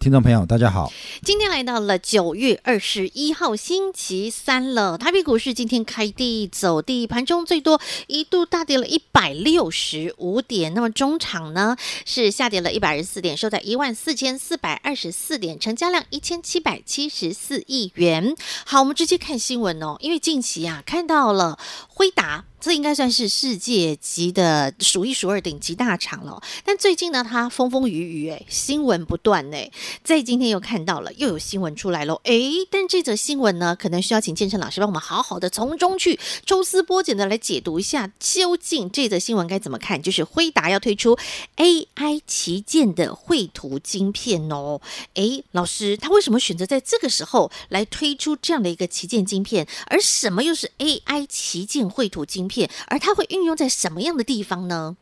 听众朋友大家好。今天来到了九月二十一号星期三了，台北股市今天开低走低，盘中最多一度大跌了一百六十五点，那么中场呢是下跌了一百二十四点，收在一万四千四百二十四点，成交量一千七百七十四亿元。好，我们直接看新闻哦，因为近期啊看到了辉达。这应该算是世界级的数一数二顶级大厂了哦，但最近呢，它风风雨雨，哎，新闻不断哎，在今天又看到了，又有新闻出来喽。诶，但这则新闻呢，可能需要请建成老师帮我们好好的从中去抽丝剥茧的来解读一下，究竟这则新闻该怎么看？就是辉达要推出 AI 旗舰的绘图晶片哦。诶，老师，他为什么选择在这个时候来推出这样的一个旗舰晶片？而什么又是 AI 旗舰绘图晶片？而它会运用在什么样的地方 呢？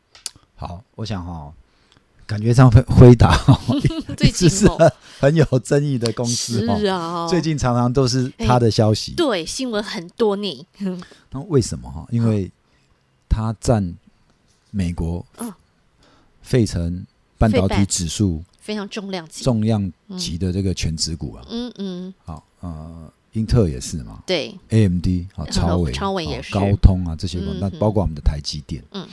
好，我想哈、哦，感觉上辉辉达哦最一直近 是哦，很有争议的公司是哦，啊，哎最近常常都是他的消息。对新闻很多呢。那为什么哈、因为他占美国嗯费城半导费体半指数非常重量级。重量级的这个全指股啊，嗯嗯，好、呃，英特尔也是嘛对， ，AMD 啊、嗯超伟、超微啊也是高通啊这些公司，嗯那嗯包括我们的台积电，嗯，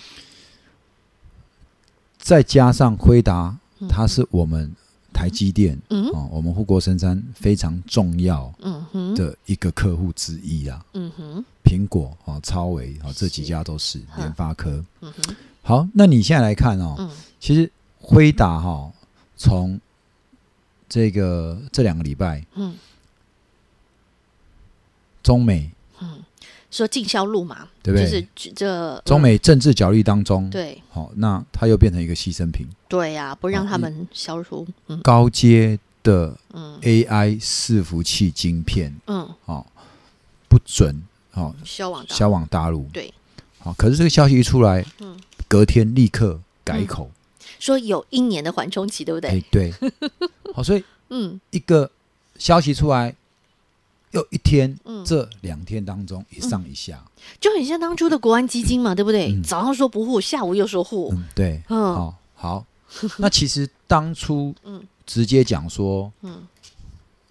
再加上辉达嗯，它是我们台积电嗯哦，我们护国神山非常重要嗯哼，的一个客户之一啊。嗯哼，苹果啊、哦超维啊、哦这几是家都是哈联发科。嗯哼，好，那你现在来看哦，嗯其实辉达哈，从这个这两个礼拜，嗯，中美说进销路嘛，对不对就是这这中、美政治角力当中，嗯，对好、那它又变成一个牺牲品，对呀、不让哦他一们销路。嗯高阶的嗯 AI 伺服器晶片嗯，哦，不准哦销往大销往大陆。对，好、可是这个消息一出来，嗯隔天立刻改口，说有一年的缓冲期，对嗯不对？哎、对， 好、所以嗯一个消息出来，又一天，嗯，这两天当中一上一下，就很像当初的国安基金嘛，对不对？嗯早上说不护，下午又说护。嗯，对，嗯好、好，那其实当初嗯直接讲说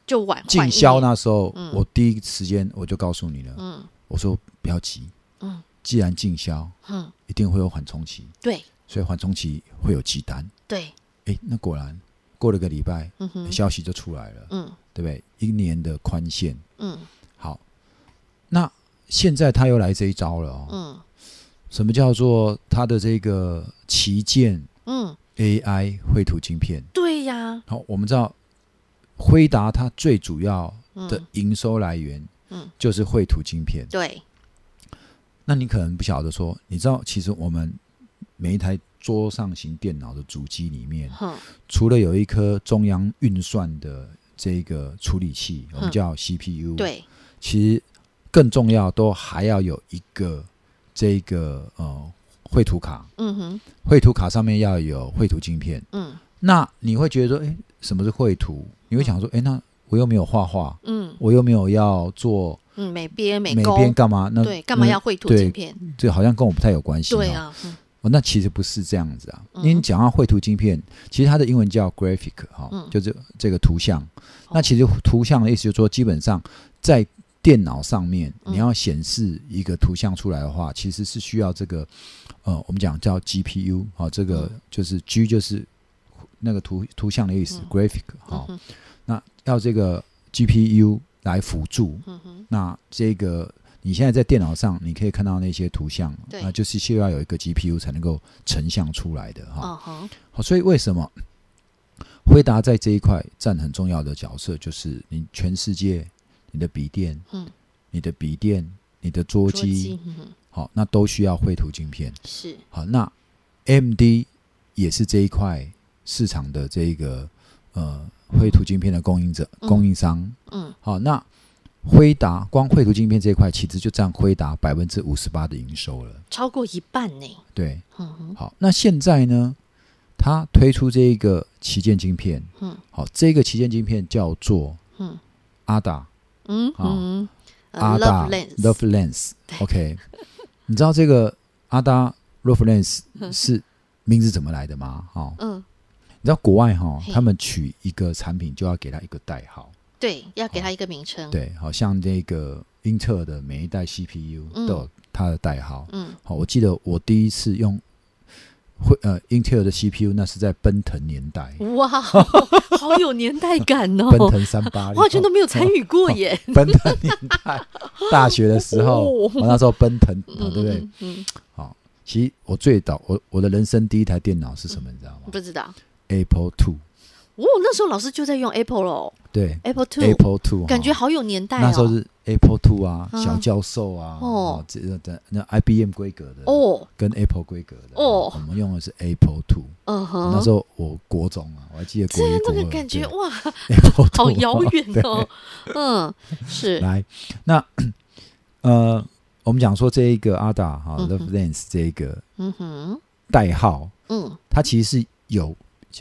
就晚换一禁年销，那时候，嗯我第一时间我就告诉你了，嗯我说不要急，嗯既然禁销，嗯，一定会有缓冲期，对所以缓冲期会有几单，对，哎，那果然过了个礼拜，嗯哼，消息就出来了，嗯对不对？一年的宽限，嗯好，那现在他又来这一招了哦。嗯什么叫做他的这个旗舰嗯， AI 绘图晶片？对呀、好，我们知道辉达它最主要的嗯营收来源，嗯就是绘图晶片。对，那你可能不晓得说，你知道其实我们每一台桌上型电脑的主机里面，哼除了有一颗中央运算的这个处理器，我嗯们叫 CPU，，对，其实更重要都还要有一个这个呃绘图卡，嗯哼绘图卡上面要有绘图晶片。嗯那你会觉得说，哎，什么是绘图？你会想说，哎，那我又没有画画，嗯我又没有要做嗯，美编美美工编干嘛？那对，干嘛要？绘图晶对片？那这好像跟我不太有关系、哦。对啊，嗯哦，那其实不是这样子啊。嗯因为你讲到绘图晶片，其实它的英文叫 graphic 哈、嗯哦就是这个图像。那其实图像的意思就是说，基本上在电脑上面，嗯你要显示一个图像出来的话，其实是需要这个呃，我们讲叫 GPU 啊、这个嗯就是 G 就是那个图图像的意思、嗯 g r a p h i c 嗯哈、哼那要这个 GPU 来辅助。嗯哼那这个你现在在电脑上，你可以看到那些图像，对那就是需要有一个 GPU 才能够成像出来的哈。嗯哼好，所以为什么辉达在这一块占很重要的角色，就是你全世界你的笔电、嗯你的笔电、你的桌桌机，嗯哼好，那都需要绘图晶片。是好，那 AMD 也是这一块市场的这一个呃绘图晶片的供应者、嗯供应商。嗯好，那辉达光绘图晶片这一块，其实就占辉达百分之五十八的营收了。超过一半呢。对，嗯哼，好，那现在呢，它推出这一个旗舰晶片，嗯，好，这个旗舰晶片叫做嗯阿达嗯嗯，阿达 Love Lens。OK，你知道这个阿达 Love Lens 是名字怎么来的吗？哦，嗯，你知道国外哈、哦嘿，他们取一个产品就要给它一个代号，对，要给它一个名称。，对，好像那个英特尔的每一代 CPU 嗯都有它的代号。嗯好、我记得我第一次用会呃英特尔的 CPU，那是在奔腾年代，哇，好有年代感奔哦！腾三八零，我好像都没有参与过耶。奔腾年 代，大学的时候，哦我那时候奔腾，啊嗯，对不对？？嗯，其实我最早，我我的人生第一台电脑是什么，你知道吗不知道。 ？Apple Two，哦，那时候老师就在用 Apple 喽对，Apple Two， ，Apple Two，啊感觉好有年代哦。那时候是 Apple Two 啊，嗯小教授啊，哦哦，这这那 IBM 规格的，哦，跟 Apple 规格的，哦我们用的是 Apple Two。嗯哼，那时候我国中啊，我还记得国一、那国个二，感觉对哇， Apple 好 II 遥远对 哦。嗯，是，来，那呃，我们讲说这一个阿达哈嗯哼 Love Lens 这一个嗯哼，代号，嗯，它其实是有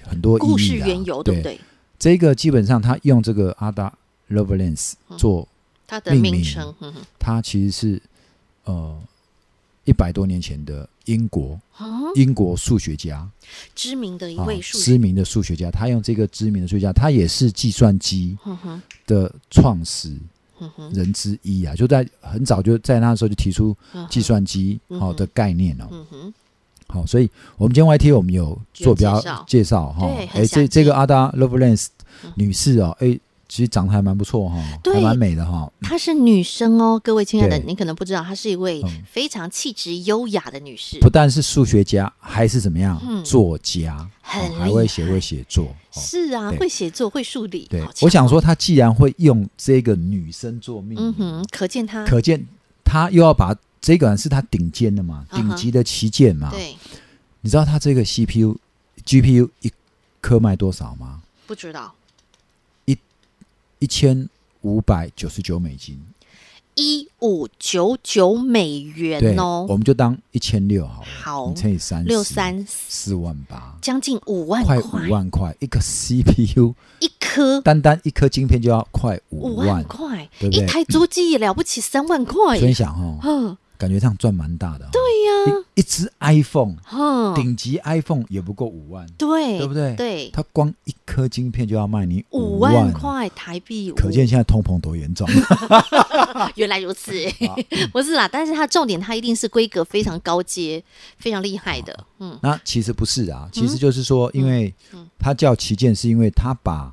很多意义的啊故事缘由对不？对？这个基本上它用这个阿达 Love Lens 嗯做，它的命名名称，嗯哼它其实是呃一百多年前的英国啊，英国数学家知名的一啊位数学，知名的数学家，他用这个知名的数学家，他也是计算机嗯哼，的创始嗯哼，人之一啊，就在很早就在那时候就提出嗯哼计，算机嗯好、哼的概念哦。嗯哼，好，所以我们今天 YT 我们有做标有介绍介绍哈对，很哎，详这细这个阿达 Lovelens 嗯女士哦，哎，其实长得还蛮不错哈，对还蛮美的哈，她是女生哦，各位亲爱的，对你可能不知道，她是一位嗯非常气质优雅的女士不，但是数学家，还是怎么样嗯作家，很哦还厉会写害会写作。哦是啊，对会写作，会数理，对好，强我想哦，说他既然会用这个女生做命嗯名，哼，可见她，可见他又要把这个人是他顶尖的嘛，嗯哼顶级的旗舰嘛。对，你知道他这个 CPU、GPU 一颗卖多少吗？不知道一千五百九十九美金，一五九九美对元，我哦，们就当一千六好了，好你乘以三，六三四万八，将近五万快块，五万块，一个 CPU 一颗单单一颗晶片就要快五五万万，块，对不一对？台桌机也了不起三万块所以耶，你想哦，嗯，感觉这样赚蛮大的、哦，对对呀，一一只 iPhone，嗯，顶级 iPhone 也不过五万，对，对不对？对，它光一颗晶片就要卖你五万万，块台币，可见现在通膨 多严重。哇 原来如此，啊 不是啦，但是它重点，它一定是规格非常高阶，非常厉害的，嗯那其实不是啊，其实就是说，因为它叫旗舰，是因为它把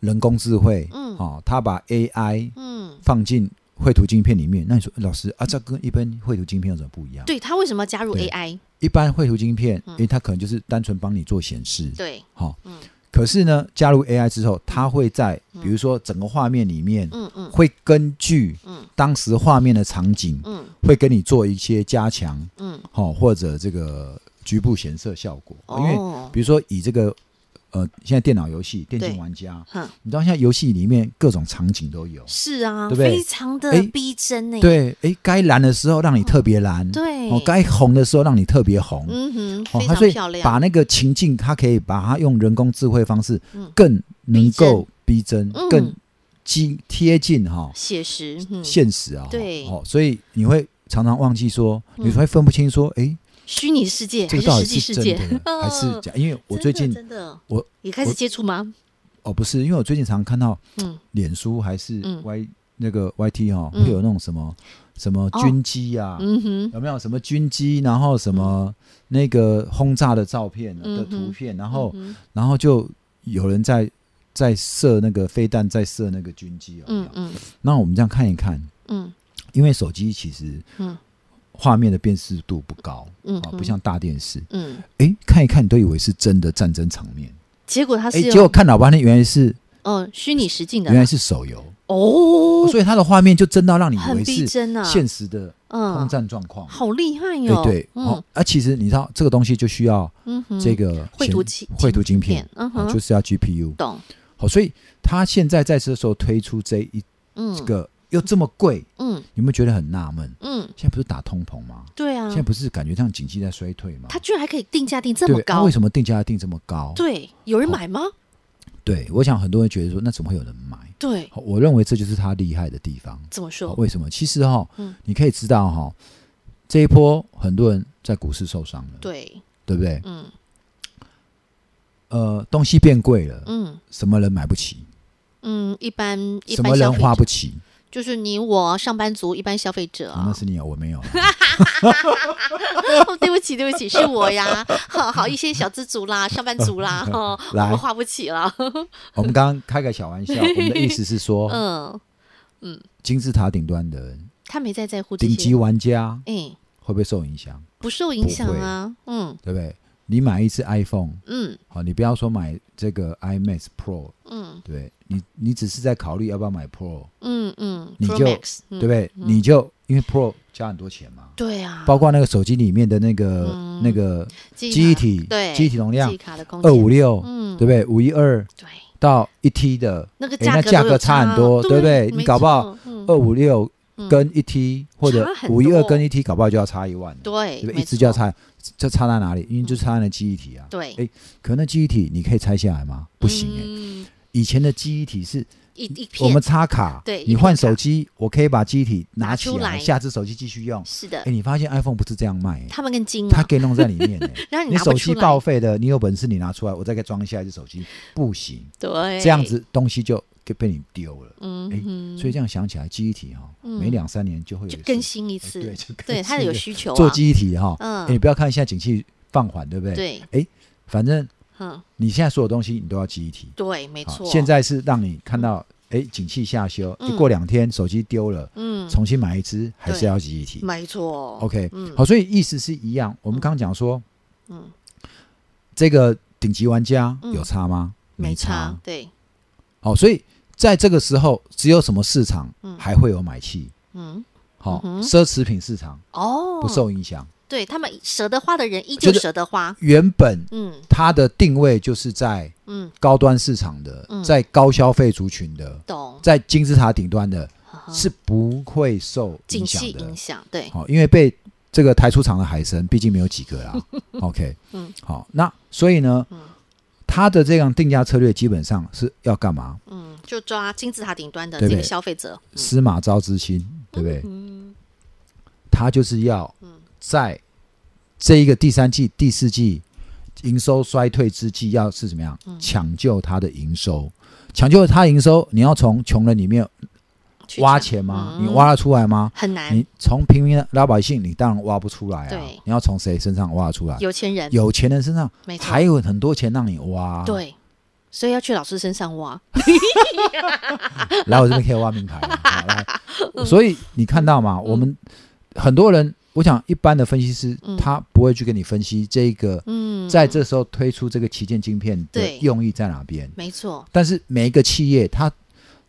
人工智慧，嗯哦，它把 AI 嗯，放进绘图晶片里面。那你说，老师啊，这跟一般绘图晶片有什么不一样？对，它为什么要加入对 AI？一般绘图晶片，嗯诶，它可能就是单纯帮你做显示，对，好嗯，可是呢，加入 AI 之后，它会在比如说整个画面里面，嗯嗯会根据嗯当时画面的场景，嗯会跟你做一些加强，嗯，好，或者这个局部显色效果，因为。哦，比如说以这个呃，现在电脑游戏、电竞对玩家，哼，你知道现在游戏里面各种场景都有，是啊，对不对非常的哎逼真呢，对，诶，该蓝的时候让你特别蓝，对哦，该红的时候让你特别红，嗯哼，哦非，它常所以漂亮，把那个情境，它可以把它用人工智慧方式嗯更能够逼真嗯，更近贴近哈写实，嗯，现实啊，对哦，所以你会常常忘记说，嗯你会分不清说，诶，虚拟世界这还个是到实底际是世真界 的还是嗯假？因为我真最的近真的，我也开始我接触吗？哦，不是，因为我最近常看到，嗯脸书还是嗯 Y、那个 YT 哦，嗯会有那种什么什么哦军机呀、嗯哼，有没有什么军机，然后什么那个轰炸的照片嗯的哼图片，然后、嗯然后就有人在在射那个飞弹，在射那个军机有没有哼嗯那我们这样看一看，嗯因为手机其实嗯画面的辨识度不高嗯啊、嗯，不像大电视，嗯，诶，看一看你都以为是真的战争场面，结果它诶，是哎结果用看老半天原来是嗯虚拟实境的原来是手游。哦，所以它的画面就真到让你以很为逼是真啊，现实的嗯空，战状况，好厉害对哟，对，哦嗯，啊，其实你知道这个东西就需要嗯哼，这个绘显图器绘图晶片，，嗯哦哼，就是要 GPU，懂，好，所以它现在在这时候推出这一嗯个又这么贵，嗯你有没有觉得很纳闷？嗯，现在不是打通膨吗？对啊现，在不是感觉上景气在衰退吗？它居然还可以定价定这对么那高为，什么定价要定这么哦高？对，有人买吗？对，我想很多人觉得说，那怎么会有人买？对，好我认为这就是它厉害的地方。怎么好说？啊为什么？其实哈、嗯你可以知道哈、这一波很多人在股市受伤了，对，对不对？嗯呃，东西变贵了，嗯什么人买不起？嗯，一般一什般么消人费花者不起？就是你我上班族一般消费者啊啊那。是你有，我没有啊。哦，对不起，对不起，是我呀。好好，一些小资族啦，上班族 啦，哦，我来们花不起了。我们刚刚开个小玩 笑，我们的意思是说，嗯，金字塔顶端的人，他没在在乎这顶级些，玩家哎，会不会受影响？不受影响啊。嗯对不对？你买一只 iPhone，嗯好，你不要说买这个 iMac Pro，嗯对不对你你只是在考虑要不要买 Pro，、嗯嗯你 Pro 就 Max，嗯对不对？你就因为 Pro 加很多钱嘛，对啊，包括那个手机里面的那个、嗯那个忆记忆卡体对记忆体容量记忆卡的空二间五六，嗯对不对？五一二对，到一 T 的那个诶那格价都格有差很多对对不对你没搞不好错嗯二五六嗯跟一 T、或者差很五一二多跟一 T，搞不好就要差一万了，对对不，对？没一只就要错差，这差在哪里？因为就差在那记忆体啊。对诶，可那记忆体你可以拆下来吗？不行哎、嗯以前的记忆体是一一片我们插卡，对一你片换卡手机，我可以把记忆体拿拿起出来，来下次手机继续用。是的哎，，你发现 iPhone 不是这样卖、欸，他们更精它了，可以弄在里 。面、欸让你你拿不手出机来报废的，你有本事你拿出来，我再给装下一只手机，不行，对，这样，子东西就给被你丢了。嗯诶哼，所以这样想起来，记忆体哈、嗯每两三年就会有就一次更新一哎次，对，就更对，它新有一次需求啊，做记忆体哈、哎嗯诶你不要看现在景气放缓，对不对？，对，反正嗯，你现在所有东西你都要记忆体。对，没好错，啊现，在是让你看到，哎，景气下修，嗯就过两天手机丢了，嗯，重新买一只，还是对要记忆体。没错 OK，嗯，好，所以意思是一样。我们刚刚讲说，嗯，这个顶级玩家嗯有差吗？没差，。对，好，所以在这个时候，只有什么市场嗯还会有买气？嗯，好，嗯哼奢侈品市场哦，不，受影响。对他们舍得花的人依就旧是舍得花，原本嗯它的定位就是在嗯，高端市场的嗯，在高消费族群的，懂，在金字塔顶端的，呵呵是不会受景影响气的哦影。响，对，好、因为被这个台出厂的海参，毕竟没有几个 啦。OK，嗯好，那所以呢，嗯它的这样定价策略基本上是要干嘛？嗯，就抓金字塔顶端的对这不个对消费者，嗯司马昭之心，对不对？嗯，它就是要在这一个第三季、第四季营收衰退之际，要是怎么样嗯抢救它的营收？抢救它营收，你要从穷人里面去挖抢钱吗？嗯你挖得出来吗？很难你，从平民老百姓，你当然挖不出来啊对！你要从谁身上挖得出来？有钱人有钱人身上没错还有很多钱让你挖。，对，所以要去老师身上挖，来我这边可以挖名牌了。 好来，所以你看到嗯吗？我们很多人，我想一般的分析师嗯他不会去跟你分析这个嗯，在这时候推出这个旗舰晶片的对用意在哪边。没错，但是每一个企业，它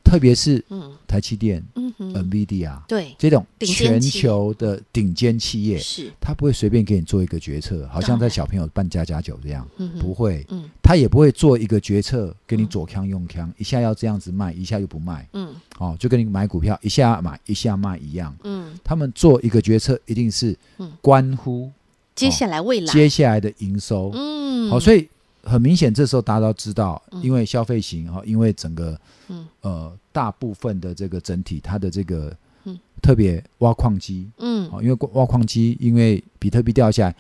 特别是嗯台积电、嗯哼， NVIDIA 对，这种顶尖全企业球的顶尖企业，是，他不会随便给你做一个决策，好像当在然小朋友办家家酒这样，嗯不哼，会，嗯他也不会做一个决策给你嗯左康右康，一下要这样子卖，一下又不卖，嗯哦，就跟你买股票一下买一下卖一样。嗯，他们做一个决策，一定是嗯关乎接下来未来，接下来的营收。嗯，好，所以很明显，这时候大家都知道，嗯因为消费型哦哈，因为整个嗯呃大部分的这个整体它的这个嗯特别挖矿机嗯，哦好，因为挖矿机，因为比特币掉下来，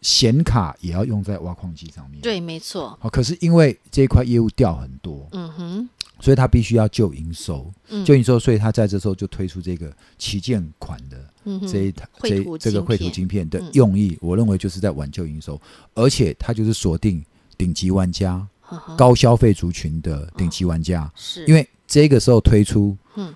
显卡也要用在挖矿机上面。，对，没错，好，可是因为这一块业务掉很多，嗯哼，所以它必须要救营收，嗯，救营收，所以它在这时候就推出这个旗舰款的嗯哼这一台、绘这图一这个晶绘图片晶片的嗯用意，我认为就是在挽救营收，而且它就是锁定顶级玩家、呵呵高消费族群的顶级玩家，嗯是，因为这个时候推出，嗯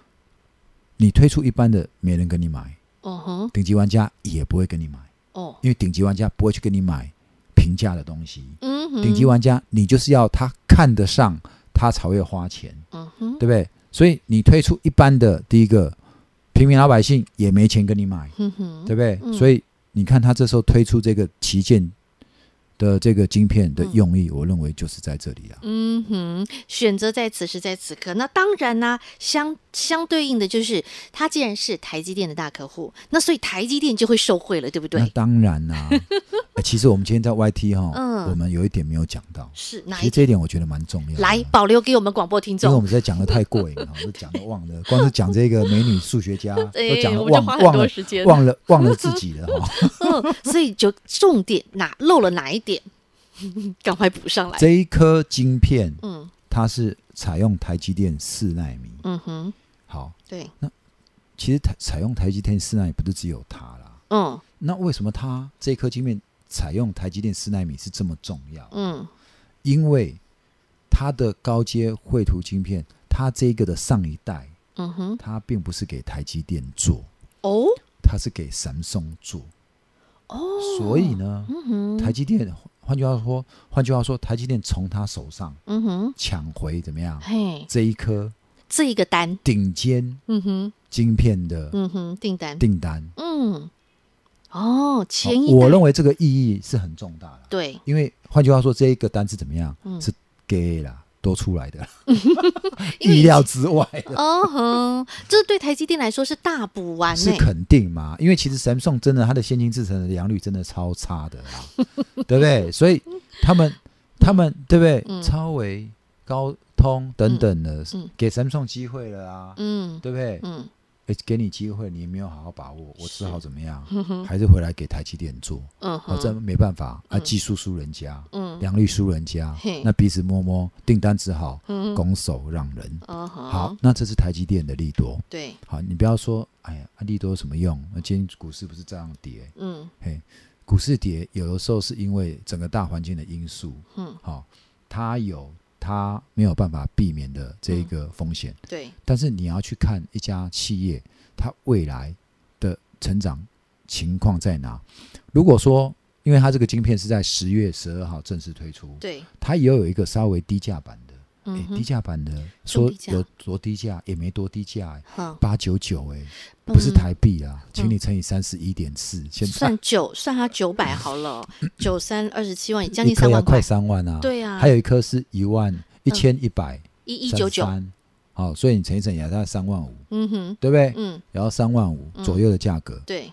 你推出一般的没人跟你买，嗯哼，顶级玩家也不会跟你买。哦，因为顶级玩家不会去跟你买平价的东西。嗯哼，顶级，玩家，你就是要他看得上，他才会花钱，嗯哼对，不对？所以你推出一般的，第一个平民老百姓也没钱跟你买，嗯哼，对不对？嗯所以你看他这时候推出这个旗舰的这个晶片的用意，我认为就是在这里啊。嗯哼，选择在此时，在此刻。那当然呢、相相对应的就是，它既然是台积电的大客户，那所以台积电就会受惠了，对不那对？当然 啦、哎其实我们今天在 YT 哈、嗯我们有一点没有讲到，是哪其实一这一点我觉得蛮重要的。来保留给我们广播听因为我众？们在讲的太 过瘾了，我都讲的忘了，光是讲这个美女数学家，都哎，讲的我们就忘花很忘了多时间。忘了忘了自己 了哦哈。嗯，所以就重点哪漏了哪一点， 赶快补上来。这一颗晶片嗯它是采用台积电四纳米，嗯哼，好，对，其实台采用台积电四纳米不是只有它啦，嗯那为什么它这颗晶片采用台积电四纳米是这么重要？嗯因为它的高阶绘图晶片，它这个的上一代，嗯哼，它并不是给台积电做，哦它是给 Samsung 做，哦，所以呢，嗯哼，台积电，换句话说，换句话说，台积电从他手上 嗯哼，抢回怎么样嘿，这一颗这一个单，顶尖嗯哼晶片的嗯哼，订单，订单，嗯，哦，好前一代我认为这个意义是很重大的，对，因为换句话说，这一个单是怎么样，嗯是给啦 多出来 的，因为意料之外的。哦哼，这对台积电来说是大补完是呢。肯定嘛？因为其实 Samsung 真的它的先进制程的良率真的超差的啦， 对不对？所以他们他们对不对？嗯超微、高通等等的，嗯给 Samsung 机会了啊，嗯对不对？嗯诶给你机会，你没有好好把握，我只好怎么样？嗯 哼还是回来给台积电做，嗯哦，这哼，没办法啊，嗯技术输人家，嗯良率输人家嘿，那彼此摸摸，订单只好嗯，拱手让人。哦哼，好，，那这是台积电的利多。对，好，你不要说，哎呀，啊利多有什么用？那今天股市不是这样跌，嗯嘿，股市跌有的时候是因为整个大环境的因素，嗯，好、它有它没有办法避免的这嗯一个风险，对，但是你要去看一家企业它未来的成长情况在哪。如果说，因为它这个晶片是在十月十二号正式推出，对，它也有一个稍微低价版的，哎、嗯低哼，价版的中说低价有多低价也没多低价、哎好，八九九哎，不是嗯台币啦，请你乘以三十一点四，啊现在算九，算它九百好了，九三二十七万，也将一近颗三要万块快，三万啊，对啊嗯还有一颗是一万一千一百一一九九，三，好，所以你乘一乘也在三万五，嗯哼，对不对？嗯，然后三万五左右的价格，对，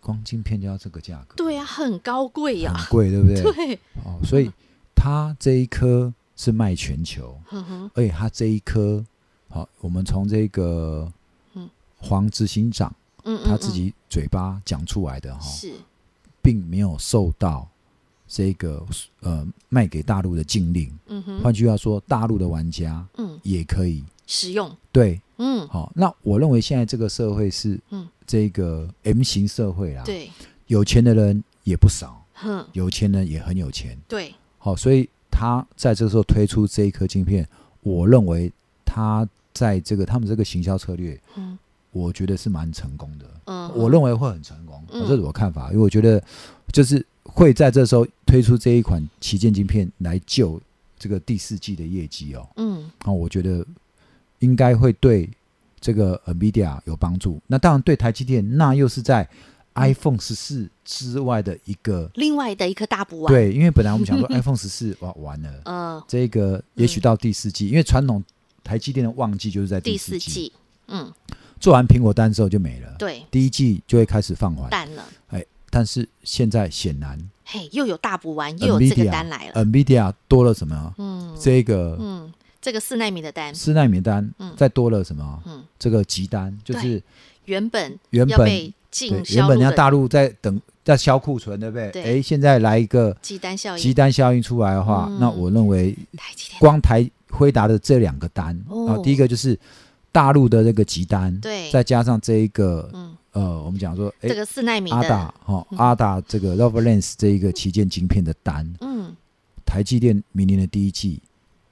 光晶片就要这个价格，对啊，很高贵呀、很贵，对不 对？对，哦，所以它这一颗是卖全球，嗯哼，而且它这一颗，好，我们从这个嗯黄执行长嗯嗯，他自嗯己哦嘴巴讲出来的哈，是，并没有受到这个呃卖给大陆的禁令。嗯哼，换句话说，大陆的玩家嗯，也可以实用，对。嗯，好、那我认为现在这个社会是嗯这个 M 型社会啦，，对，有钱的人也不少，哼，有钱人也很有钱。对，好、所以他在这个时候推出这一颗晶片，我认为他在这个他们这个行销策略，嗯我觉得是蛮成功的。嗯，我认为会很成功，嗯哦这是我看法，因为我觉得就是会在这时候推出这一款旗舰晶片来救这个第四季的业绩哦。嗯，那、我觉得应该会对这个 NVIDIA 有帮助。那当然对台积电，那又是在 iPhone 十四之外的一个另外的一颗大补丸，，对，因为本来我们想说 iPhone 十四哇完了，呃，这个也嗯许到第四季，因为传统台积电的旺季就是在第第四四季，季，嗯，做完苹果单之后就没了。对，第一季就会开始放缓，淡了，但是现在显然嘿，又有大补丸，呃又有这个单来了， NVIDIA 多了什么？嗯这个嗯，这个四纳米的单四纳米单嗯，再多了什么嗯？这个集单就是原本原要本被对禁原销本路人家的大陆在等在销库存，对不对？对哎，现在来一个鸡单效集应，单效应出来的话嗯，那我认为台积电，光台辉达的这两个单哦啊，第一个就是大陆的这个集单，对，再加上这一个嗯，呃，我们讲说，这哎，个四纳米阿的达，哈嗯阿达这个 r o v e r l e n s 这一个旗舰晶片的单，嗯，台积电明年的第一季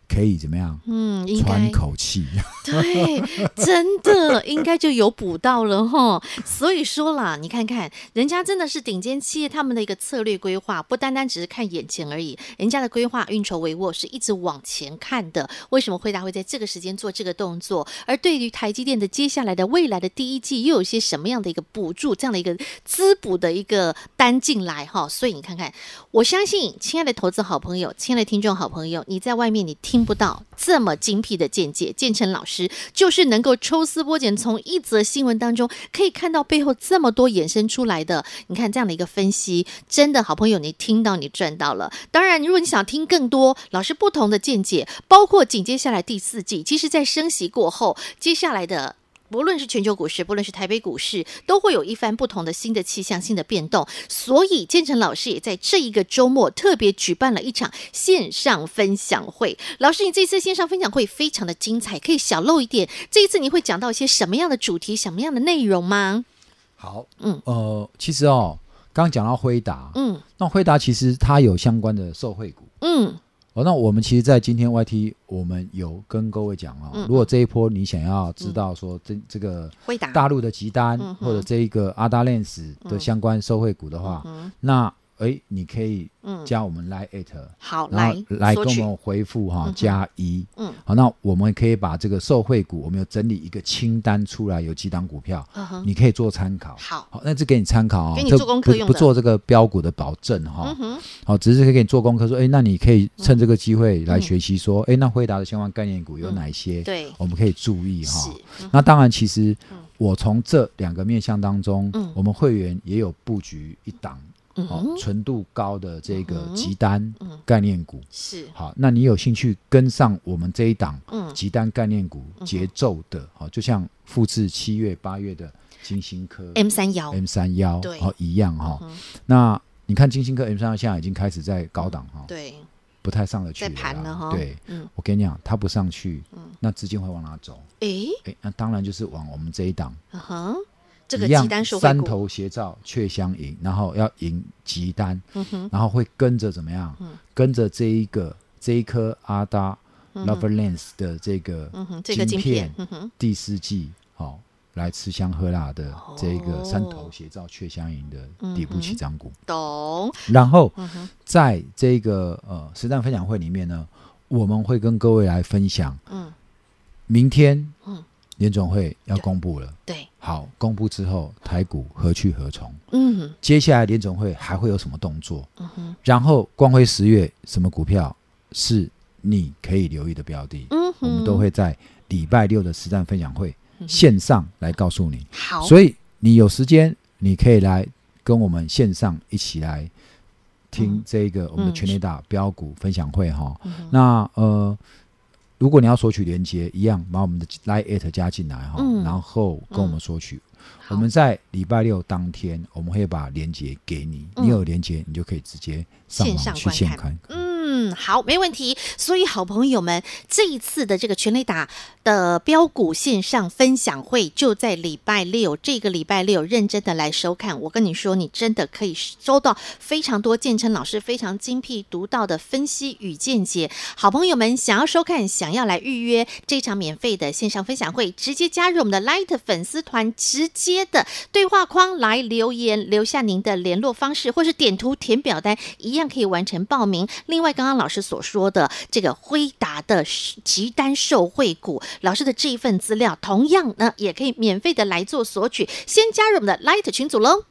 可以怎么样嗯，应喘该口气。 对，真的应该就有补到了哈。所以说啦，你看看人家真的是顶尖企业，他们的一个策略规划，不单单只是看眼前而已，人家的规划运筹帷幄是一直往前看的。为什么惠达会在这个时间做这个动作？而对于台积电的接下来的未来的第一季，又有一些什么样的一个补助，这样的一个滋补的一个单进来哈？所以你看看，我相信，亲爱的投资好朋友，亲爱的听众好朋友，你在外面你听不到这么精辟的见解。建成老师就是能够抽丝剥茧，从一则新闻当中可以看到背后这么多衍生出来的。你看这样的一个分析，真的好朋友，你听到你赚到了。当然，如果你想听更多老师不同的见解，包括紧接下来第四季，其实在升息过后，接下来的不论是全球股市，不论是台北股市，都会有一番不同的新的气象、新的变动。所以，建成老师也在这一个周末特别举办了一场线上分享会。老师，你这次线上分享会非常的精彩，可以小露一点。这一次你会讲到一些什么样的主题、什么样的内容吗？好，嗯，呃，其实哦，刚刚讲到辉达，嗯那辉达其实它有相关的受惠股。嗯哦，那我们其实，在今天 YT，我们有跟各位讲哦，嗯如果这一波你想要知道说这、这个回答大陆的集单、嗯哼或者这一个阿达 Lens 的相关受惠股的话，嗯那哎，你可以嗯，加我们 Line at，、好，然来后来索跟我取，们回复哈、嗯哼加一。嗯，好，那我们可以把这个受惠股，我们有整理一个清单出来，有几档股票，嗯哼，你可以做参考。好，好，那这给你参考啊、给哦，你这做功课不用不的做这个标股的保证哈、嗯哼，好，只是可以给你做功课，说，哎，那你可以趁这个机会来学习，说，哎、那辉达的相关概念股有哪一些？嗯对，我们可以注意是嗯哈。，那当然，其实我从这两个面向当中，嗯我们会员也有布局一档嗯哦哼，纯度高的这个嗯集单嗯概念股。是，好，那你有兴趣跟上我们这一档嗯，集单概念股节奏的，好、就像复制七月、八月的金星科 M 三幺， M 三幺对，好一样哈、嗯哼那你看金星科 M 三幺现在已经开始在高档哈、对，不太上得去在了啦盘了嗯哈，对，嗯，我跟你讲，它不上去，那资金会往哪走？诶，哎，那当然就是往我们这一档，嗯哼，这个一样鸡蛋收回三股，头斜照却相迎，然后要赢急单，嗯哼，嗯然后会跟着怎么样？跟着这一个这一颗阿达 Lover Lens 的这个嗯哼，这个晶晶片片，嗯哼，第四季，好、来吃香喝辣的哦这一个三头斜照却相迎的底部起涨股，懂，然后嗯哼，在这个呃实战分享会里面呢，我们会跟各位来分享，嗯，明天嗯联总会要公布了，对，好，公布之后台股何去何从？嗯接下来联总会还会有什么动作？嗯哼，然后光辉十月什么股票是你可以留意的标的？嗯哼，我们都会在礼拜六的实战分享会嗯哼线上来告诉你。好，所以你有时间，你可以来跟我们线上一起来听嗯这个我们的嗯全垒打标股分享会哈。嗯哼那呃，如果你要索取连接，一样把我们的 Line at 加进来哈嗯，然后跟我们索取。好我们在礼拜六当天，我们会把连接给你，嗯你有连接，你就可以直接上线上网去观现看看。嗯，好，没问题。所以，好朋友们，这一次的这个全雷打的标股线上分享会就在礼拜六，这个礼拜六认真的来收看。我跟你说，你真的可以收到非常多建成老师非常精辟独到的分析与见解。好朋友们，想要收看，想要来预约这场免费的线上分享会，直接加入我们的 Light 粉丝团，直接的对话框来留言，留下您的联络方式，或是点图填表单，一样可以完成报名。另外，刚刚老师所说的这个辉达的集单受惠股，老师的这一份资料，同样呢也可以免费的来做索取，先加入我们的 Light 群组喽。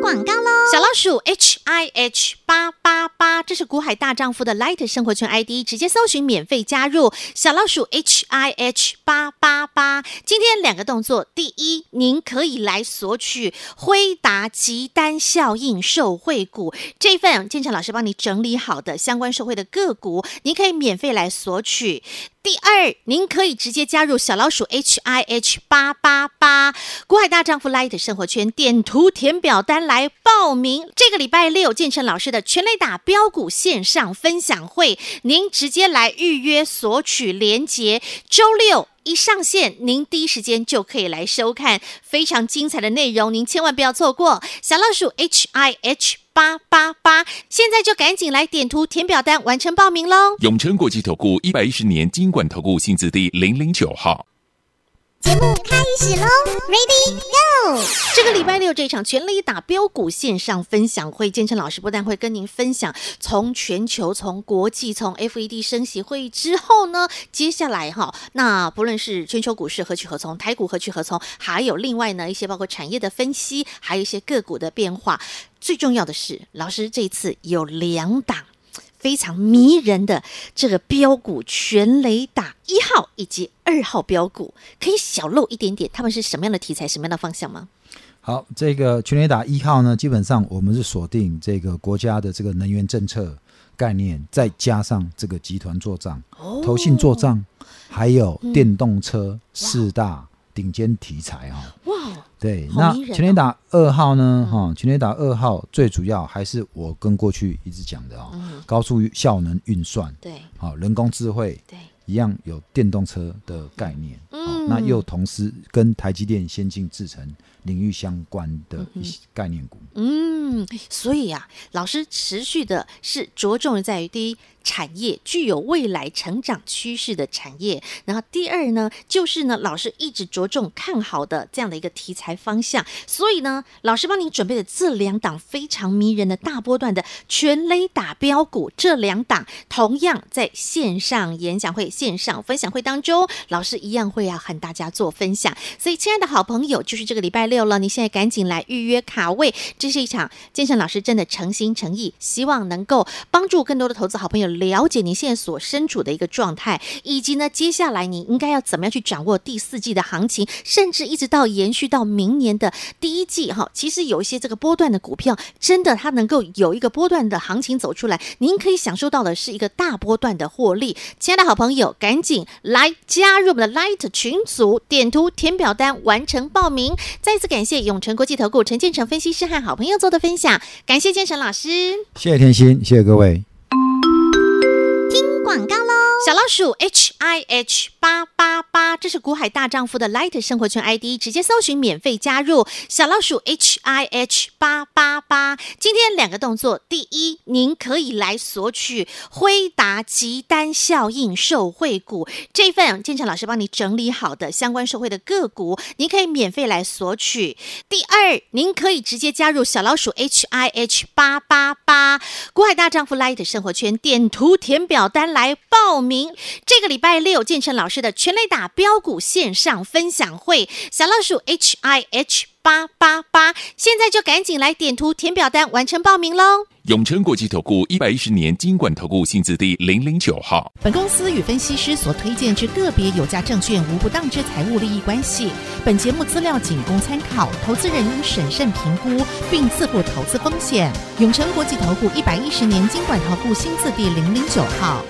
广告喽！小老鼠 H I H 八八八，这是股海大丈夫的 Light 生活圈 ID，直接搜寻免费加入。小老鼠 H I H 八八八，今天两个动作，第一，您可以来索取辉达集单效应受惠股这份建成老师帮你整理好的相关受惠的个股，您可以免费来索取。第二，您可以直接加入小老鼠 H I H 八八八国海大丈夫 Light 生活圈，点图填表单来报名。这个礼拜六，建成老师的全垒打标股线上分享会，您直接来预约索取连结。周六。一上线，您第一时间就可以来收看非常精彩的内容，您千万不要错过。小老鼠 H I H 八。八八八，现在就赶紧来点图填表单完成报名喽！永诚国际投顾一百一十年金管投顾新字第零零九号。节目开始喽，Ready Go！这个礼拜六这场全力打标股线上分享会，建成老师不但会跟您分享从全球、从国际、从 FED 升息会议之后呢，接下来哈，那不论是全球股市何去何从，台股何去何从，还有另外呢一些包括产业的分析，还有一些个股的变化。最重要的是，老师这次有两档非常迷人的这个标股全雷打一号以及二号标股，可以小露一点点，他们是什么样的题材、什么样的方向吗？好，这个全雷达一号呢，基本上我们是锁定这个国家的这个能源政策概念，再加上这个集团做账、哦投信做账，还有电动车四大顶尖题材哈、哇哦，对，好那迷人哦嗯全垒打二号呢？哈、全垒打二号最主要还是我跟过去一直讲的哦，嗯高速效能运算，对好、人工智慧对，一样有电动车的概念，嗯哦那又同时跟台积电先进制程领域相关的一些概念股。嗯，所以啊，老师持续的是着重于在于第一产业具有未来成长趋势的产业，然后第二呢，就是呢，老师一直着重看好的这样的一个题材方向。所以呢，老师帮您准备的这两档非常迷人的大波段的全垒打标股，这两档同样在线上演讲会、线上分享会当中，老师一样会要和大家做分享。所以，亲爱的好朋友，就是这个礼拜六了，你现在赶紧来预约卡位，这是一场健身老师真的诚心诚意，希望能够帮助更多的投资好朋友了解你现在所身处的一个状态，以及呢，接下来你应该要怎么样去掌握第四季的行情，甚至一直到延续到明年的第一季哈。其实有一些这个波段的股票，真的它能够有一个波段的行情走出来，您可以享受到的是一个大波段的获利。亲爱的好朋友，赶紧来加入我们的 Light 群组，点图填表单完成报名。再次感谢永诚国际投顾陈建成分析师和好朋友做的分享，感谢建成老师。谢谢甜心，谢谢各位。广告喽，小老鼠 H I H 八八八，这是股海大丈夫的 Light 生活圈 ID，直接搜寻免费加入。小老鼠 H I H 八八八，今天两个动作，第一，您可以来索取辉达集单效应受惠股这份建成老师帮你整理好的相关受惠的个股，您可以免费来索取。第二，您可以直接加入小老鼠 H I H 八八八国海大丈夫 Light 生活圈，点图填表单来报名。这个礼拜六，建成老师的全垒打标股线上分享会，小老鼠 H I H 八八八，现在就赶紧来点图填表单完成报名喽。永诚国际投顾一百一十年金管投顾新字第零零九号。本公司与分析师所推荐之个别有价证券无不当之财务利益关系。本节目资料仅供参考，投资人应审慎评估并自负投资风险。永诚国际投顾一百一十年经管投顾新字第零零九号。